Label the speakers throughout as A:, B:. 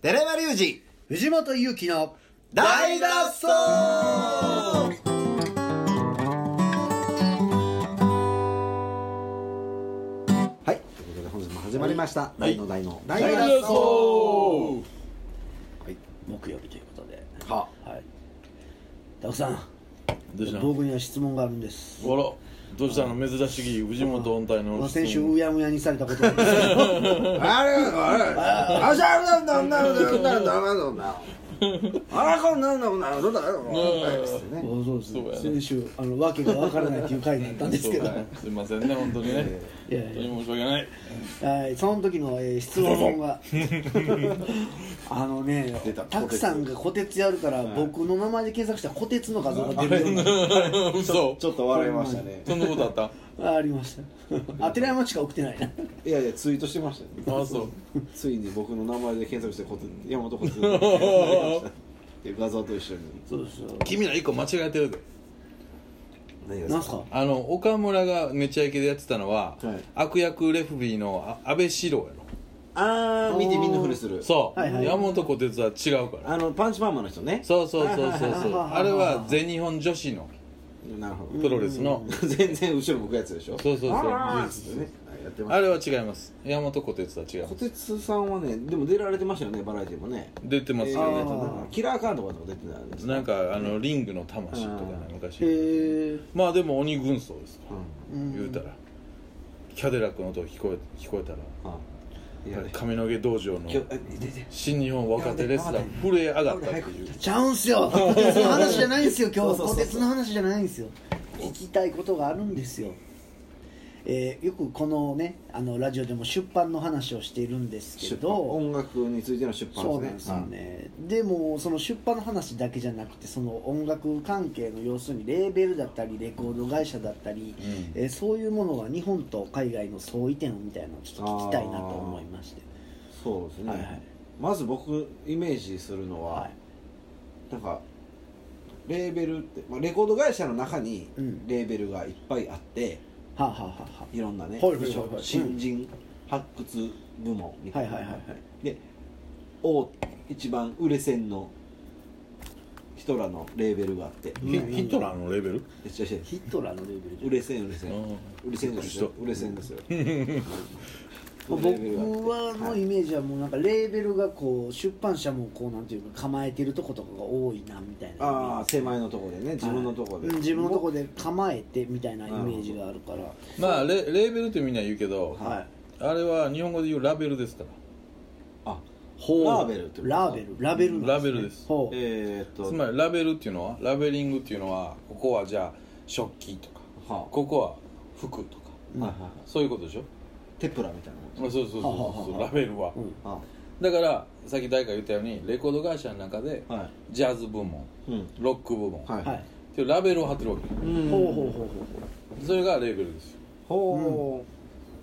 A: 寺山隆
B: 二藤本勇樹の
A: 二大脱走
B: はいということで本日も始まりました「
A: はい
B: 大の大の
A: 大
B: 大
A: 脱
B: 脱
A: 走
B: 走」はい
C: 木曜日ということで
B: は
C: はい田尾さん
D: どうしたの
B: 僕には質問があるんです
D: あらどうしたの珍しき藤本音体
B: ま
D: の
B: あ先週
D: う
B: うやむやにされたことなんですけど
A: あれあれあしゃるなんだなんだなんだなんだなんだあらこんなんだなんだなんだ
B: あそうです
D: そう
B: ね
D: やね
B: 先週あの訳が分からないっていう回だったんですけど、
D: すいませんね本当にね
B: いや
D: 本
B: い
D: 当
B: や
D: に申し訳ない
B: はい、その時の、えー質問があのね
A: 出た
B: たくさんが虎鉄やるから、僕の名前で検索したら虎鉄の画像が出るような
D: 嘘
A: ちょっと笑いましたね
D: そんなことあった
B: ありましたあ寺山しか送ってないない
A: やいやツイートしてましたね
D: あそう
A: ついに僕の名前で検索してこつ山本こつっていう画像と一緒に
B: そうですよ
D: 君ら一個間違えてるで
A: 何
B: なんすか
D: あの岡村がめちゃイケでやってたのは、
A: はい
D: 悪役レフビーのあ安倍四郎やろ
A: あー見てみんなふりする
D: そう、
B: はいはい
D: 山本虎鉄は違うから
A: あのパンチパーマの人ね
D: そうそうそうそう
B: はいは
D: そ
B: いうはいはい
D: あれは全日本女子の
A: なるほど
D: プロレスの、
A: 全然後ろ向くやつでしょ
D: そうそうそう
A: あーっつってねやってま
D: あ
A: し
D: れは違います山本虎鉄は違い
A: た
D: ま
A: 小
D: す
A: 鉄さんはねでも出られてましたよねバラエティもね
D: 出てます
A: え
D: よね、
A: ーとなんかキラーカードとかとか出てたんです
D: なんかあのリングの魂とかね昔
B: へえ
D: まあでも鬼軍曹です
A: うん
D: 言うたらキャデラックの音聞こえ聞こえたら
A: あいや
D: 髪の毛道場の
A: 今日え出て
D: 新日本若手レスラー震え上がったっていう
B: ちゃうんす よ虎鉄の話じゃないんですよ今日
A: そうそうそう
B: 虎鉄の話じゃないんですよ聞きたいことがあるんですよえーよくこのねあのラジオでも出版の話をしているんですけ
A: 出
B: ど
A: 版音楽についての出
B: そうな
A: 版
B: ん
A: で
B: です
A: す
B: よ
A: ね
B: ね、でもその出版の話だけじゃなくてその音楽関係の要するにレーベルだったりレコード会社だったり、えーそういうものは日本と海外の相違点みたいなのをちょっと聞きたいなと思いまして
A: そうですね、
B: はいはい
A: まず僕イメージするのは、
B: はい
A: なんかレーベルって、まあ、レコード会社の中に
B: うん
A: レーベルがいっぱいあって、
B: はあ、はあはあはいはいはいはい
A: いろんなね、新人発掘部門みたいな、で大一番売れ線の人らのレーベルがあって、
D: ヒヒトラーのレベル
A: え違う違う
B: はあヒトラーのレーベルじゃ
A: 売れ線売れ
D: う
A: 線
D: ん
A: 売れ線ですよ売れ線ですよレ
B: 僕
A: ーベルがあって
B: はのイメージはもうなんかレーベルがこう出版社もこうなんていうか構えてるとことかが多いなみたいな
A: ああ狭いのとこでね自分のとこで、
B: うん自分のとこで構えてみたいなイメージがあるから
D: まあレレーベルってみんな言うけど、
B: はい
D: あれは日本語で言うラベルですから
A: あ
B: ほう
A: ラーベルってこと
B: ラーベルラベルなん
D: ラベルです
B: ほう
A: えー、っと
D: つまりラベルっていうのはラベリングっていうのはここはじゃあ食器とか
A: はあ
D: ここは服とか
A: はいはいはい
D: そういうことでしょ
A: テプラみたいなもん
D: そうそうそうそうそうラベルは、
B: うん
A: あ
D: だからさっき誰か言ったようにレコード会社の中で
A: は
D: ジャズ部門
A: いうん
D: ロック部門、
A: はい、
B: はい
D: っていうラベルを貼ってるわけ
A: うん
B: ほうほうほうほうほ
D: それがレーベルですよ、
A: ほう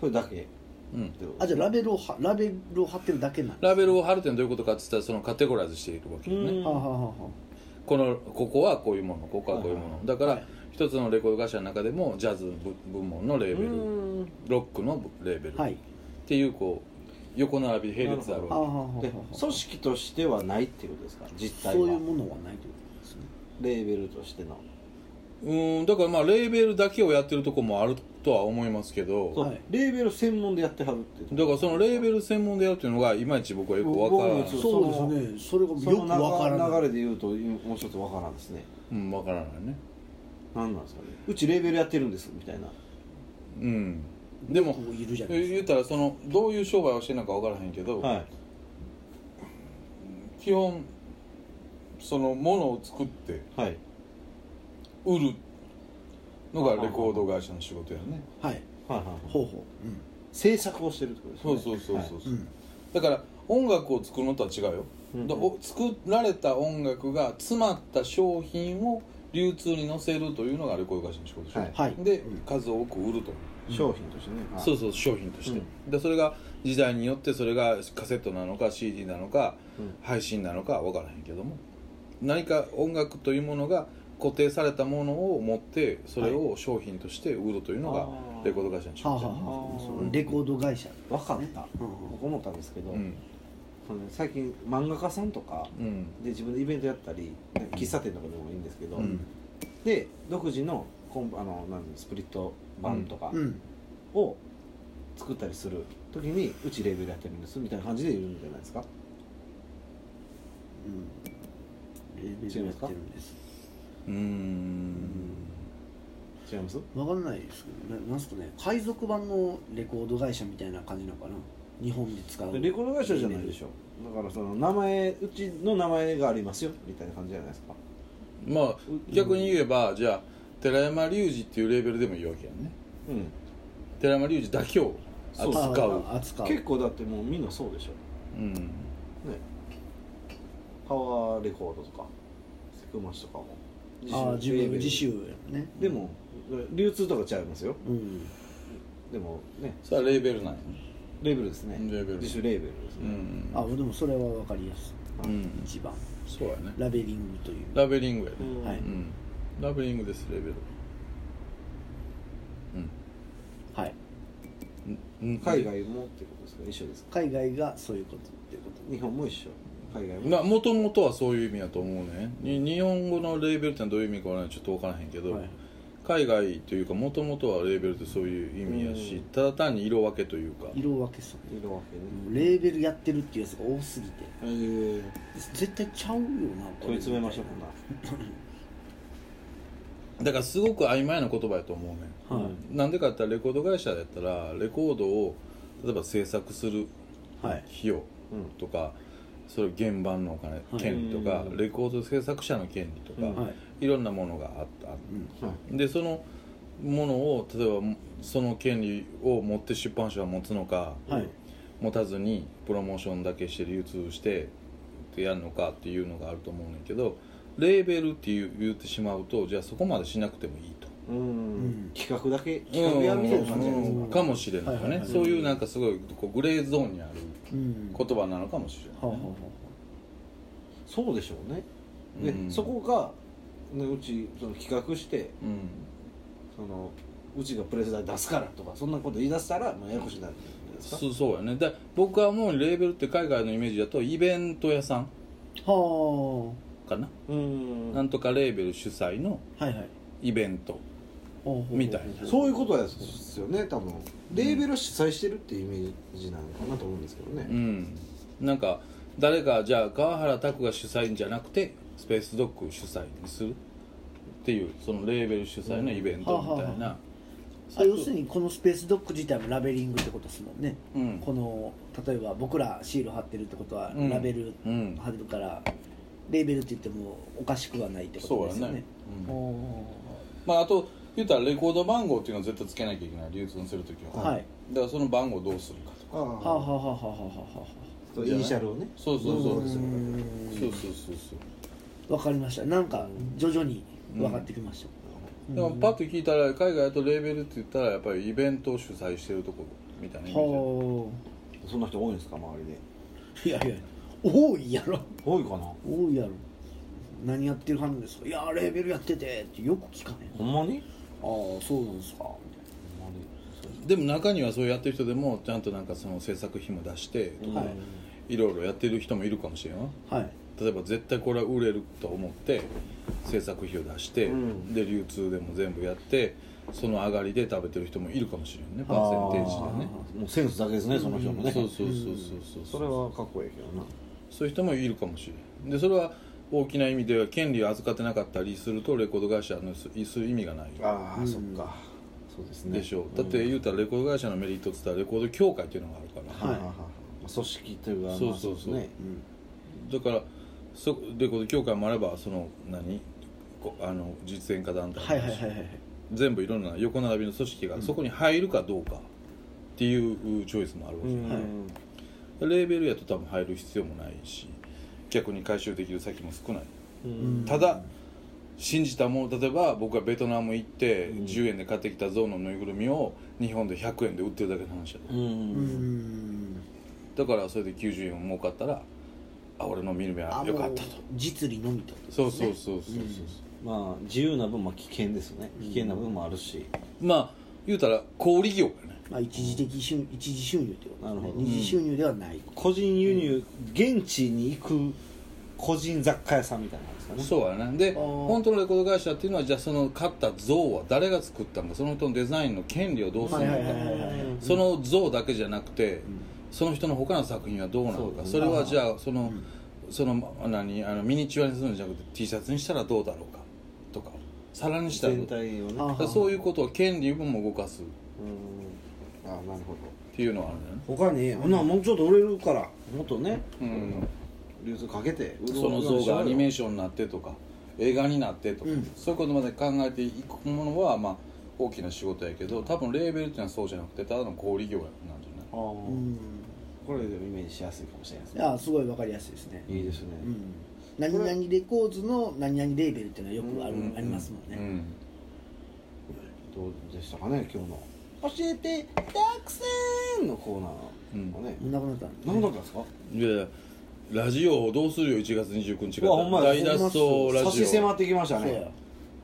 A: それだけって
D: うん、
A: こ
B: うあ
A: と
B: じゃあラベルをはラベルを貼ってるだけなん
D: ラベルを貼るってのはどういうことかって言ったらそのカテゴライズしているわけよね、
A: うん
B: はあはあはあは
D: このここはこういうものここはこういうもの、だから、一つのレコード会社の中でもジャズ部部門のレーベル、
A: うん
D: ロックのレーベル、
B: あはい
D: っていうこう横並びで並列ある
B: はあは
D: わ
B: あはあ
A: で
B: はあ
A: 組織としてはないっていうことですか実態
B: そういう
A: は
B: ものはないということですね
A: レーベルとしての
D: けうんだからまあレーベルだけをやってるとこもあるとは思いますけど
A: そう、
B: はい
A: レーベル専門でやってはるっていう
D: だからそのレーベル専門でやるっていうのがいまいち僕はよくわからない
A: 僕もそう
B: そうですねそれが
A: そ
B: よくわから
A: の
B: な
A: 流
B: い
A: れで言うともう一つわからんですね
D: うんわからないね
A: 何なんですかねうちレーベルやってるんですみたいな
D: うんでも
B: こういるじゃないですか
D: 言うたらそのどういう商売をしてるのかわからへんけど、
A: はい
D: 基本そのものを作って
A: はい
D: 売るのがレコード会社の仕事やね
B: はい
A: はいはい
B: ほうほう
A: 制作をしてるってことです
D: そ
A: ね
D: うそうそうそう
A: は
D: そう、だから音楽を作るのとは違うよ、
A: うん
D: だお作られた音楽が詰まった商品を流通に載せるというのがレコード会社の仕事でしょ、
A: はい
B: はい
D: で、数多く売ると、
A: い商品としてねはい
D: そうそう商品として、でそれが時代によってそれがカセットなのか CD なのか、
A: うん
D: 配信なのか分からへんけども何か音楽というものが固定されたものを持ってそれを商品として売るというのが
A: あー
D: レコード会社の仕
B: はあはあ
D: 事だね
B: はあ
A: あー
B: そのレコード会社
A: わかった、
B: うん
A: 僕思ったんですけど、
D: うん
A: そのね最近漫画家さんとか
D: うん
A: で自分でイベントやったりなんか喫茶店とかでもいいんですけど、
D: うん
A: で独自のコンあのなんていうのスプリット版とか
B: うん
A: を作ったりする時にうちレーベルやってるんですみたいな感じでいるんじゃないですか
B: レーベルやってるんです
D: うーん
A: 違います
B: わかんないですけどねなんすかね海賊版のレコード会社みたいな感じなのかな日本で使う
A: でレコード会社じゃないでしょだからその名前うちの名前がありますよみたいな感じじゃないですか
D: まあ逆に言えばじゃあ寺山隆二っていうレーベルでもいいわけやんね
A: うん
D: 寺山隆二だけを扱う
B: あ扱う
A: 結構だってもうみんなそうでしょ
D: うん
A: ねパワーレコードとかセクマシとかも
B: ああ自分
A: レーベル
B: 自習やね
A: でも流通とか違いますよ
B: うん
A: でもね
D: それはレーベルなんや
A: レーベルですね
D: レーベル
A: 自主レーベルです
D: う
A: ね、
D: ん
B: あでもそれはわかりやす
D: うん
B: い一番
D: そうやね
B: ラベリングという
D: ラベリングやね
A: うん
B: はい
D: うんラベリングですレーベル
B: はい
D: うんうん
A: 海外もってことですか一緒ですか
B: 海外がそういうことっていうこと
A: 日本も一緒海外も
D: まあもともとはそういう意味だと思うねに日本語のレーベルってのはどういう意味かはちょっと分からへんけど、
B: はい
D: 海外というかもともとはレーベルってそういう意味やし、
A: うん
D: ただ単に色分けというか
B: 色分けそう
A: 色分けね
B: レーベルやってるっていうやつが多すぎて
A: えー、
B: 絶対ちゃうよなこれ
A: 問い詰めましょうか
D: だからすごく曖昧な言葉やと思うね
A: な、
B: はい
D: なんでかって言ったらレコード会社やったらレコードを例えば制作する
B: はい
D: 費用
A: うん
D: とか、それ原版のお金、
B: い
D: 権利とか
A: うん
D: レコード制作者の権利とか、
A: うん
B: はい
D: いろんなものがあっ
B: う
D: た
B: ん
A: はい
D: でそのものを例えばその権利を持って出版社は持つのか、
B: はい
D: 持たずにプロモーションだけして流通してってやるのかっていうのがあると思うねんだけどレーベルっていう言ってしまうとじゃあそこまでしなくてもいいと。
A: うん、
B: うん
A: 企画だけ企画やみたいな感じじゃないです
D: うんかもしれないよね、
B: はいはいはい
D: そういうなんかすごいこうグレーゾーンにある
B: うん
D: 言葉なのかもしれ
B: はあは
D: ない、ね
A: か、そうでしょうねで、
D: うん
A: そこが、ね、うちその企画して
D: うん
A: そのうちがプレス代出すからとかそんなこと言い出したら、まあ、ややこしになるんじゃないですか
D: そうそうやねで僕はもうレーベルって海外のイメージだとイベント屋さん
B: あは
D: かな、
A: うん
D: なんとかレーベル主催の
B: あはいはい
D: イベント
B: ほうほうほう
D: みたいな
A: そういうことですよね多分レーベルを主催してるっていうイメージなのかなと思うんですけど
D: う
A: ね、
D: んなんか誰かじゃあ川原拓が主催じゃなくてスペースドッグ主催にするっていうそのレーベル主催のイベントみたいな、
B: あ要するにこのスペースドッグ自体もラベリングってことですもんね、
D: うん
B: この例えば僕らシール貼ってるってことは
D: うん
B: ラベル
D: うん
B: 貼るから、レーベルって言ってもおかしくはないってことですよね
D: そうやねうん
B: お
D: まあ、あと言ったらレコード番号っていうのは絶対つけなきゃいけない流通するときは、
B: はい
D: だからその番号どうするかとか
A: あ
B: ー
A: あ
B: はあはあはあはあはあは
A: イニシャルをね
D: そうそうそう
A: うん
B: うん
D: そうそうそうそう
B: あわかりましたなんか徐々に分かってきました、
D: でもパッと聞いたら海外だとレーベルって言ったらやっぱりイベントを主催してるとこみたいなイメージ
B: は
A: そんな人多いんですか周りで
B: あいやいや多いやろ
A: 多いかな
B: 多いやろ何やってるはずですかいやレーベルやっててってよく聞かへんあ
A: ほんまに
B: あそうなんですかみたいな
A: ほんまに
D: でも中にはそうやってる人でもちゃんとなんかその制作費も出してとか、
B: はい
D: い、ろいろやってる人もいるかもしれんよ
B: はい
D: 例えば絶対これは売れると思って制作費を出して、
A: うん
D: で流通でも全部やってその上がりで食べてる人もいるかもしれんねパーセンテージでね
A: あーもうセンスだけですねその人のね
D: そうそうそうそうそう
A: それはかっこいいけどな
D: そういう人もいるかもしれんでそれは大きな意味では権利を預かってなかったりするとレコード会社のすする意味がない
A: ああ、そっかそうですね
D: でしょうだって言うたらレコード会社のメリットっつったらレコード協会っていうのがあるから、
A: はいはいはいまあ組織というか
D: そうそうそう
A: まあね
D: だからそレコード協会もあればその何こあの実演家団体もあ
B: はい
D: るし
B: はいはいはい
D: 全部いろんな横並びの組織がそこに入るかどうかっていうチョイスもあるわ
A: う
D: けじゃない、
A: ん
D: レーベルやと多分入る必要もないし逆に回収できる先も少ない
A: うん
D: ただ信じたもの例えば僕はベトナム行って
A: うん
D: 10円で買ってきた象のぬいぐるみを日本で100円で売ってるだけの話や
A: う
B: うんん
D: だからそれで90円儲かったらあ俺の見る目は良かったと
B: もう実利のみと
D: そうそうそうそうそうそう、
A: まあ自由な分も危険ですよね危険な分もあるし
D: まあ言うたら小売業やね
B: まあ、一時的収一時収入ってことです
A: なる
B: ね
A: ほど
B: 二次収入ではない、
A: 個人輸入、現地に行く個人雑貨屋さんみたいなんですかね
D: そうやねで
B: あー
D: 本当のレコード会社っていうのはじゃあその買った像は誰が作ったのかその人のデザインの権利をどうするのか、
B: はいはいはいはい
D: その像だけじゃなくて、その人の他の作品はどうなの
A: そう
D: か
A: です
D: そ,、
A: ね
D: れはじゃあその、そのあ何あのミニチュアにするんじゃなくて T シャツにしたらどうだろうかとか皿にしたらど
A: 全
D: うだろう
A: 体をね
B: あ
D: だからそういうことを権利分も動かすっ
A: うんあなるほ
D: ていうのはあるんだよね
C: 他にほなもうちょっと売れるからもっとね
D: うん
A: ど流通かけて
D: その像がアニメー
A: シ
D: ションになってとか映画になってとか、そういうことまで考えていくものはまあ大きな仕事やけど多分レーベルっていうのはそうじゃなくてただの小売業なんじゃない
A: ョンああ、
B: うん
A: これでもイメージしやすいかもしれないです
B: い
A: ね
B: やすごいわかりやすいですね、
A: いいですね、
B: うん、何々レコーズの何々レーベルっていうのはよくある、
D: うん
B: ありますもんね、
D: うん
A: どうでしたかね今日の教えてたくさんのコーナーね、
B: もうなくなったんで
A: 何だったんですか
D: いやいやラジオをどうするよ1月29日か
A: う
D: ら
A: わほんまや
D: 大脱走ラ
A: 差
D: ジ
A: し迫
D: オ
A: ってきました
B: そう
A: ね
B: や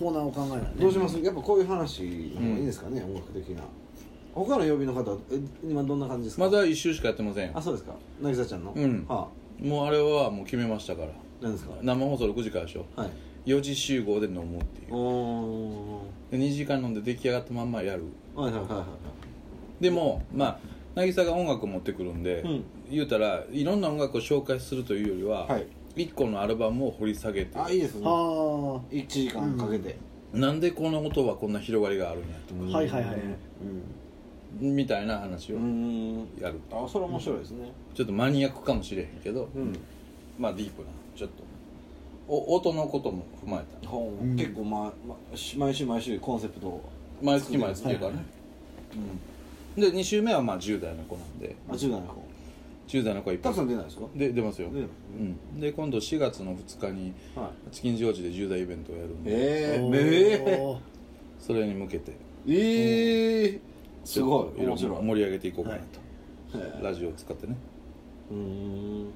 B: コーナーを考えないね
A: どうしますやっぱこういう話の方がいいですかね、音楽的な他の曜日の方え今どんな感じですか
D: まだ1週しかやってませんよ
A: あそうですか渚ちゃんの
D: うん
A: は
D: もうあれはもう決めましたから
A: あ何ですか
D: 生放送6時からでしょ
A: はい
D: 4時集合で飲むっていう
A: お
D: で2時間飲んで出来上がったまんまやる
A: ーはいはいはいは
D: でもまあ渚が音楽を持ってくるんで、
A: うん
D: 言うたらいろんな音楽を紹介するというよりは、
A: はい
D: 一1個のアルバムを掘り下げて
A: いあいいですね
B: は
A: 1時間かけて、
D: なんでこの音はこんな広がりがあるんやと
B: あ、
D: か、
B: はいはいはい、
D: みたいな話
A: う
D: を
A: ん
D: やる、
A: あそれ面白いですね
D: ちょっとマニアックかもしれへんけど、
A: うん、
D: まあディープなちょっとお音のことも踏まえた
A: ほう
B: うん
A: 結構、ままし毎週毎週コンセプトを
D: 毎月毎月というかね、うん、で2週目はまあ10代の子なんで
A: あ10代の方
D: 10代の子はいったぱ
A: く
D: い
A: さん出ないですか
D: で出ますよ、
A: 出ない
D: うん、で今度4月の2日に
A: はい
D: チキンジョージで重大イベントをやるんで
A: え
B: お
A: ー、
B: ー
A: え
D: それに向けて
A: ー、えー、す
D: ちょ
A: ご
D: っと
A: い面
D: ろ
A: 白い
D: ろ盛り上げていこうかな
A: へ
D: と、
A: ー
D: ラジオを使ってね
A: うーん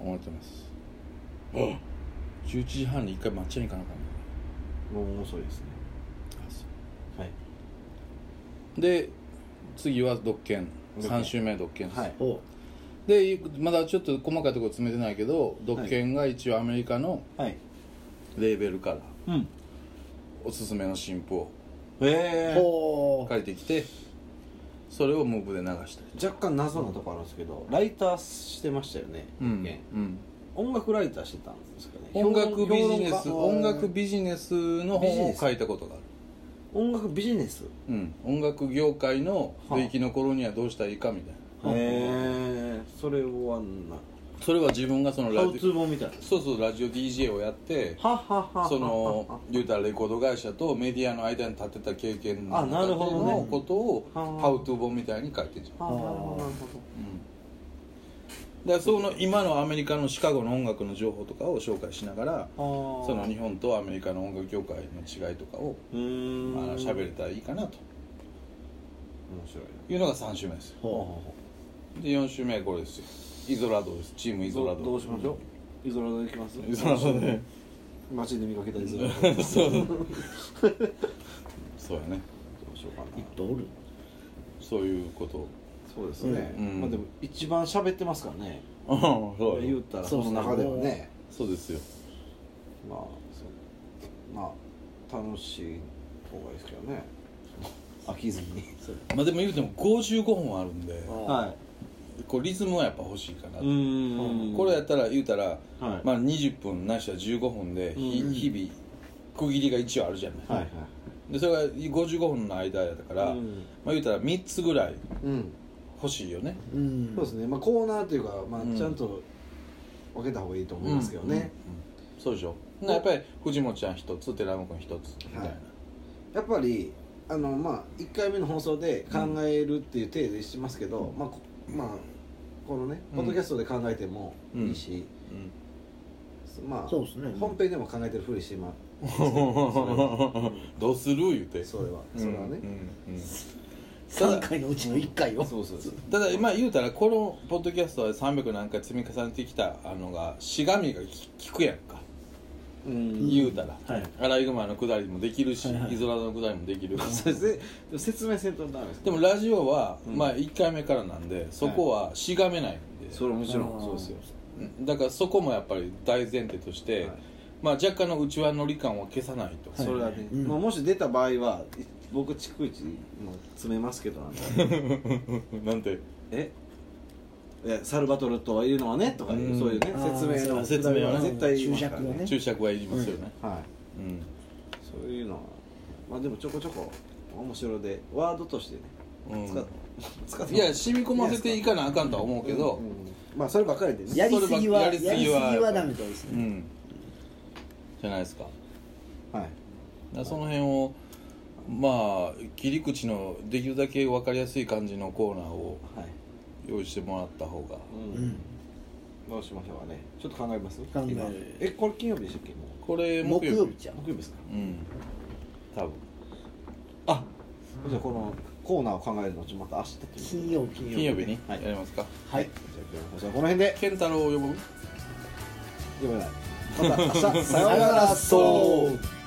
D: 思ってますあ11時半に一回抹茶に行かなあかん
A: もう面白いですね
D: なあそ
A: はいう
D: で次は独研
A: 独研
D: 3週目は独研です、
A: はい
B: お
D: でまだちょっと細かいところ詰めてないけど独研が一応アメリカの
A: はい
D: レーベルから
A: うん
D: おすすめの新譜を
A: えー、
B: お
D: 借りてきてそれをムーブで流したり
A: 若干謎なとこあるんですけどライターしてましたよね、
D: うん
A: ね、
D: うん、
A: 音楽ライターしてたんですかね
D: 音楽ビジネ
A: 評論
D: ス
A: 家
D: 音楽ビジネスの本を書いたことがある
A: 音楽ビジネス
D: うん、音楽業界の領域の頃にはどうしたらいいかみたいな、
A: へえー、それはな
D: それは自分がその
A: ハ
D: ラ
A: ウツ
D: ジ
A: ー
D: オ
A: 本みたいな
D: そうそうラジオ DJ をやって
A: はっはっはっは
D: その言うたらレコード会社とメディアの間に立てた経験の
A: あなるほどね
D: のことを「
A: はあ
D: ハウトゥー本」みたいに書いてるじゃん、
A: あなるほどなるほ
D: だからその今のアメリカのシカゴの音楽の情報とかを紹介しながら
A: どあー
D: その日本とアメリカの音楽業界の違いとかを
A: うーん
D: まあ
A: 喋
D: 喋れたらいいかなと
A: 面白い
D: い
A: な
D: うのが3週目ですよで4週目はこれですよイゾラドですチームイゾラド
A: どうしましょうイゾラドで行きます
D: イゾラドで
A: 街で見かけたイゾラド どうしよ
D: そうやね
A: うかな
B: 一頭おる
D: そういうこと
A: そうですね、
D: うん
A: まあでも一番喋ってますからね、
D: ああそ
A: 言う
D: う
A: たらそ
B: そう
A: の
B: そう
A: 中ではね
D: そうですよ
A: まあそうまあ楽しい方がいいですけどね 飽きずに
D: まあでも言うても55本あるんで
B: は
A: は
D: こうリズムはやっぱ欲しいかない
A: うん
D: これやったら言うたら、
A: はい
D: まあ、20分ないしは15分で、ひ
A: うん
D: 日々区切りが一応あるじゃない、
A: はいはい
D: でそれが55分の間やったから、
A: うん
D: まあ、言うたら3つぐらい
A: うん
D: 欲しいよね
B: いうん
A: そうですねまあコーナーというかまあ
D: うん
A: ちゃんと分けた方がいいと思いますけどね、
D: うんそうでしょやっぱり藤本ちゃん一つ寺山君一つみたいな、
A: はいやっぱりあのまあ1回目の放送で考えるっていう体でしてますけど、まあこまあこのね
D: うん
A: ポッドキャストで考えてもいいし、
D: うん
A: まあ
B: そうですね
A: 本編でも考えてるふりしてま
D: どうする言うて
A: それはそれはね、
D: うんうんうん
B: 3回のうちの1回を
A: そうそうそう
D: ただ今言うたらこのポッドキャストは300何回積み重ねてきたあのがしがみがき効くやんか
A: うん
D: 言うたら、
C: はい
D: アライグマのくだりもできるし、
B: はいはい
D: イゾラドのくだりもできる
A: そうですねでも説明せんとダメです ね
D: でもラジオは、
A: うん
D: まあ1回目からなんでそこはしがめないんで、
A: それはもちろ
B: あ
A: ん
B: ー
A: そうですよ
D: うんだからそこもやっぱり大前提として、
A: はい
D: まあ、若干の内輪乗り感を消さないと、
B: はい
A: それはね、
B: うん
A: まあ、もし出た場合はい僕逐一もう詰めますけどなんか
D: なんて
A: ええサルバトルとはいうのはねとかいう、
D: うん
A: そういうね
B: あー
A: 説明の
D: 説明はね
A: 絶対言い
B: 注
A: ますか
B: 釈
A: ら
B: をね
D: 注釈はいりますよね、
A: は
D: う
A: い
D: ん
A: そういうのはまあでもちょこちょこ面白でワードとしてね
D: うん
A: 使っ使って
D: いや染み込ませていかなあかんとは思うけど
A: うんうんまあそればっかりでね
B: やりすぎは
D: や
B: や
D: り
B: り
D: す
B: す
D: ぎ
B: ぎ
D: は
B: はダメです
D: うん、
B: ね、
D: じゃないですかだか
A: はい
D: らその辺をまあ切り口のできるだけ分かりやすい感じのコーナーを
A: はい
D: 用意してもらった方が
A: うん
B: うん
A: どうしましょうかねちょっと考えます
B: 考える
A: 今えこれ金曜日でしたっけも
D: これ木
B: 木
D: 曜
B: 曜
D: 日
B: 日ちゃ
A: う
B: う
A: 木曜日ですか
D: うん多分
A: あじゃあこのコーナーを考えるのちょっとまた明日っていう
B: 金曜日
D: 金曜日に
A: は
D: や
A: い
D: りますか、
B: はい
A: じゃあ今日の放送はこの辺で
D: 健太郎を呼ぶ
A: 読めないまた明日さようなら
B: そう